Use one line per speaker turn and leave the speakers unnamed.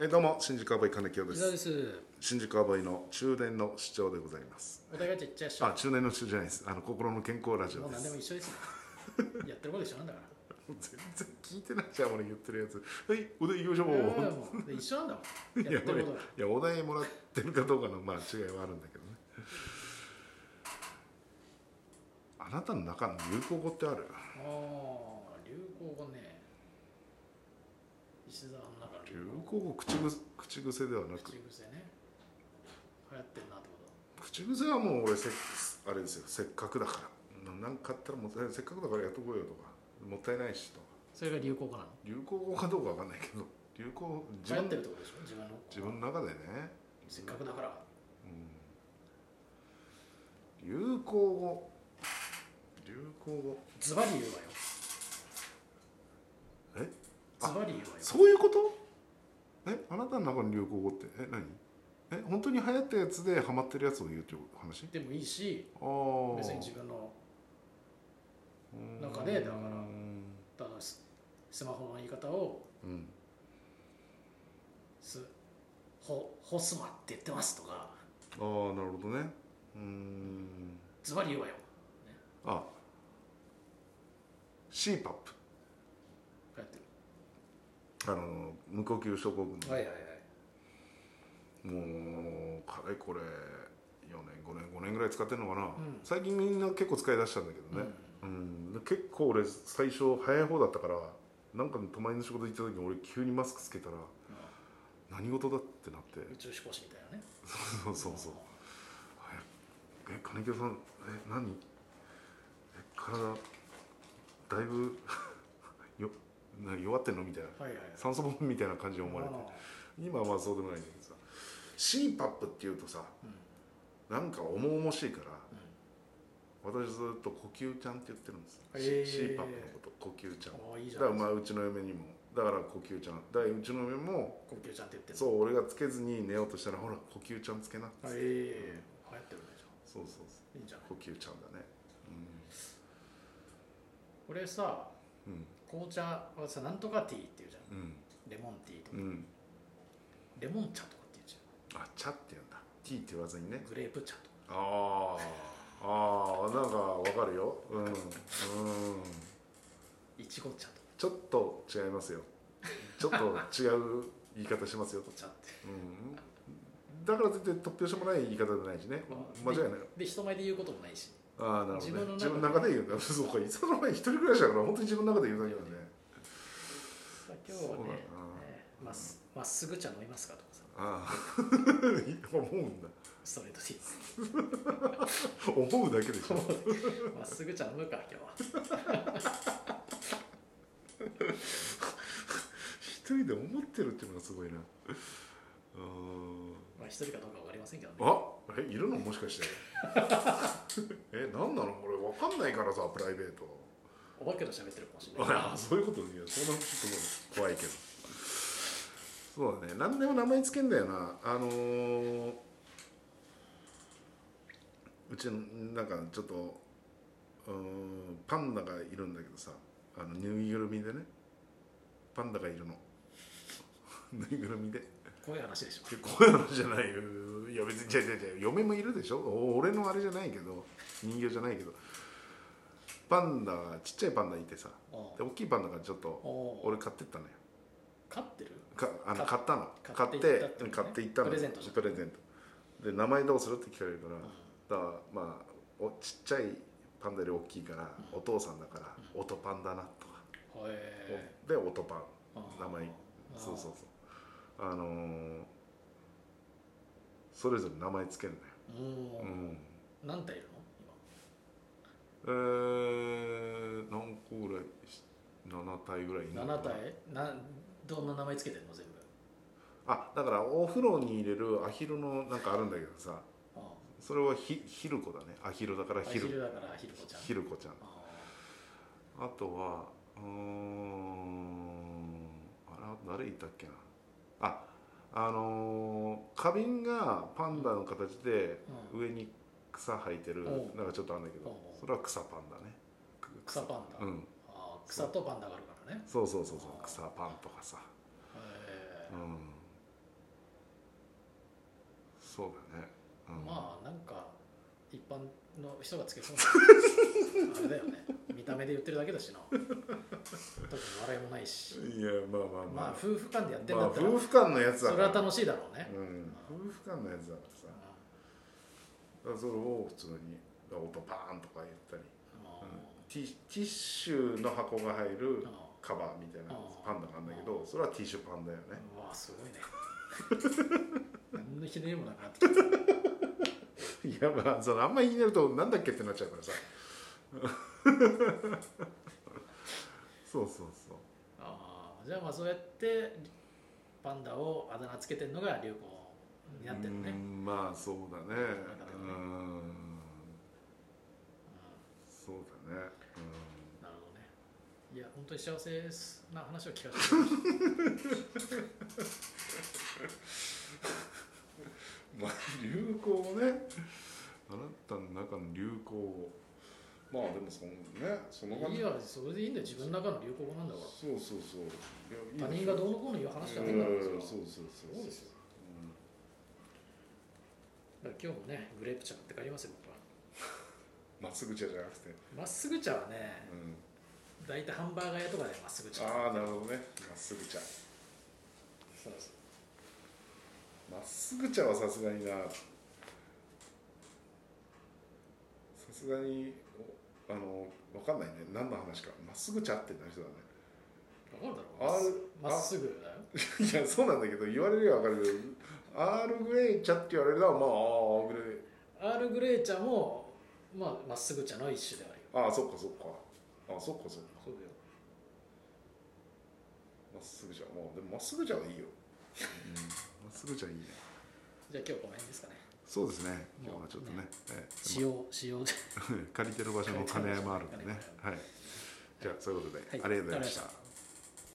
えどうも新宿アボイ金城で
伊沢ですす。
新宿アボイの中年の主張でございます
お互いちっちゃいしょ。
あ中年の主張じゃないですあの心の健康ラジオ
もう
です
何でも一緒ですよ。 やってること一緒なんだから。
全然聞いてないじゃん俺言ってるやつはい腕行きましょう
うんもうで一緒なんだもん。
い
や
や
ってることが。
いやお題もらってるかどうかのまあ違いはあるんだけどねあなたの中の流行語ってある
ああー、流行語ね。石沢の中の
流行語口ぐ口癖ではなく
口癖ね。流行ってるなってこ
口癖はもう俺せっあれですよせっかくだからななんかあったらもったいないせっかくだからやっとこうよとかもったいないしとか
と。それが流行語なの。
流行語かどうかわかんないけど流行
流
自
行っ
分
てるってことでしょ。自分の。
自分の中でね、
せっかくだから。
うん、流行語流行語
ズバリ言うわよ。
えあ
ズバリ言うわよ。
そういうことえあなたの中の流行語ってえ何え本当に流行ったやつでハマってるやつを言うっていう話
でもいいし、
ああ
別に自分の中でだからあのススマホの言い方を
うん
すほホスマって言ってますとか
ああなるほどねうーん
ズバリ言うわよ
あ CPAP
流行って
あの無呼吸症候群の
るはいはいはい
もうかれこれ4年5年5年ぐらい使ってるのかな、
ん
最近みんな結構使い出したんだけどね、うんで結構俺最初早い方だったからなんかの泊まりの仕事行った時に俺急にマスクつけたら何事だってな って
宇宙飛行士みたいなね
そうそうそうえ金城さんえ何え体だいぶ よな弱ってんのみたいな
はいはい
酸素ボンベみたいな感じで思われて今はまあそうでもないんだけどさ CPAP っていうとさ、なんか重々しいから、私ずっと呼吸ちゃんって言ってるんですよ、
へー
CPAP のこと呼吸ちゃん
ああいいじ
だ
ゃ
か
な
ら
いです
ま
か
あうちの嫁にもだから呼吸ちゃんだからうちの嫁も
呼吸ちゃんって言ってる
そう俺がつけずに寝ようとしたらほら呼吸ちゃんつけなって、
はい流行ってるねじゃ
そうそう
あいいんじゃない
そう呼吸ちゃんだね
俺さ
うん
紅茶はさなんとかティーって言うじゃん
うん
レモンティーとか
うんうん
レモン茶とかって言うじ
あ茶って言うんだ T って言わずにね
ゃんグレープ茶とか
ああああなんかわかるようんうん
いちご茶とか
ちょっと違いますよ。ちょっと違う言い方しますよと。
茶って
うん、だからといって突拍子もない言い方じゃないしね。間違いない。
で人前で言うこともないし
ああ、なるほど、ね。
自
自
分
分
の
の
中
中で言うか。そうか、いつの前に一人暮らしだから、本当に自分の中で言うだけだね。
さあ今日は
そうだ
ね
な
ねまっすまっすぐ茶飲みますかとかさ
ああ、 思うんだ。
ストレートティー
思うだけでしょ。
まっすぐ茶飲むか今日は
一人で思ってるっていうのがすごいな。うん。
まあ一人かどうかわかりませんけどね
あえいるのもしか して。え、なんなのこれわかんないからさ、プライベート。
お化けと喋ってるかもしれない
ああそういうことねいやそんなちょっと怖いけどそうだね何でも名前つけんだよなあのーうちのなんかちょっとうーんパンダがいるんだけどさあのぬいぐるみでねパンダがいるの ぬいぐるみで
こういう話でしょ
結構なのじゃないよいや別にじゃじゃじゃ嫁もいるでしょお俺のあれじゃないけど人形じゃないけどパンダがちっちゃいパンダいてさ
お
で大きいパンダがちょっと
お
俺買ってったのよ
勝ってる
かあの
か
買ったの
買
買
っ
ってて
行ったってことね
買って行ったの
プレゼントじゃん
プレゼントで名前どうするって聞かれるから、
う
だからまあおちっちゃいパンダより大きいから、お父さんだから、オトパンだなとか、
んへ
でオトパン
ー
名前
あー
そうそうそうあのーそれぞれ名前つける
うー
のよ、うんん
何体いるの
えー、何個ぐらい7体ぐらいいる
今
のかな
7体などんな名前つけてんの全部
あだからお風呂に入れるアヒルのなんかあるんだけどさ
あ
それはひヒルコだねアヒルだから
ーア
ヒ
ヒ
ル
ルだからアヒルコちゃん
ヒルコちゃん
あ
あとはうーんあら誰いたっけなああのー花瓶がパンダの形で
う
上に草生えてる、
おう
なんかちょっとあるんだけど、
おう
それは草パンダね
ー草パンダ
うん
あー草とパンダがあるからね
そうそうそうそう草パンとかさ
へ
うんそうだね、うん、
まあなんか一般の人がつけそうなあれだよね見た目で言ってるだけだしな特に笑いもないし
いやまあまあまあ、
まあ夫婦間でやってん
ま
だ
あ、
ったら
夫婦間のやつだ
そ
か
れ
ら
は楽しいだろうね
うん、夫婦間のやつだからさだか
うん
らそれを普通に音パーンとか言ったり、
あ
うんティティッシュの箱が入る
ーあ
カバーみたいな
あ
パンダがあるんだけどそれはティッシュパンだよね
ーうわすごいね何のひねりもなくなってきた
いやまあそのあんまりひねるとなんだっけってなっちゃうからさ そうそうそう
あーじゃあまあそうやってパンダをあだ名つけてるのが流行になってるね、
う
うん
んまあそうだねうんそうだね
なるほどねいや本当に幸せな話を聞かせてもらい
うん
まし
まあ流行をねあなたの中の流行をまあでもそのねその
たい
じ
やそれでいいんだよ自分の中の流行語なんだか
そうそうそうい
ら
や
他
いいでし
人
ょ
がどうのこうの言う話じゃないんだから
うん
そ
そううそうそう
そうですよだから今日もねグレープ茶買って帰りますよ僕は
まっすぐ茶じゃなくて、
まっすぐ茶はね
うん、
大体ハンバーガー屋とかでまっすぐ茶
ああなるほどねまっすぐ茶
そうです
まっすぐ茶はさすがになさすがにおあのわかんないね何の話かまっすぐ茶ってなりそう
分かるだろう
あ
まっすぐだよ
だね いやそうなんだけど言われるよわかるけどアールグレイ茶って言われるのはまあアールグレイ
アールグレー茶もまあまっすぐ茶の一種であるよ
ああそっかそっかあそっかそっか
そうだよ
まっすぐ茶もうでもまっすぐ茶はいいよ、まっすぐ茶いいね
じゃあ今日この辺ですかね
そうですね
今日はちょっとねね
え
使用使用で
借りてる場所の兼ね合いもあるんでね
借りてる場所の。
はい。じゃあ、そういうことで、
はい
ありがとうございまし
ありがとうございました
た。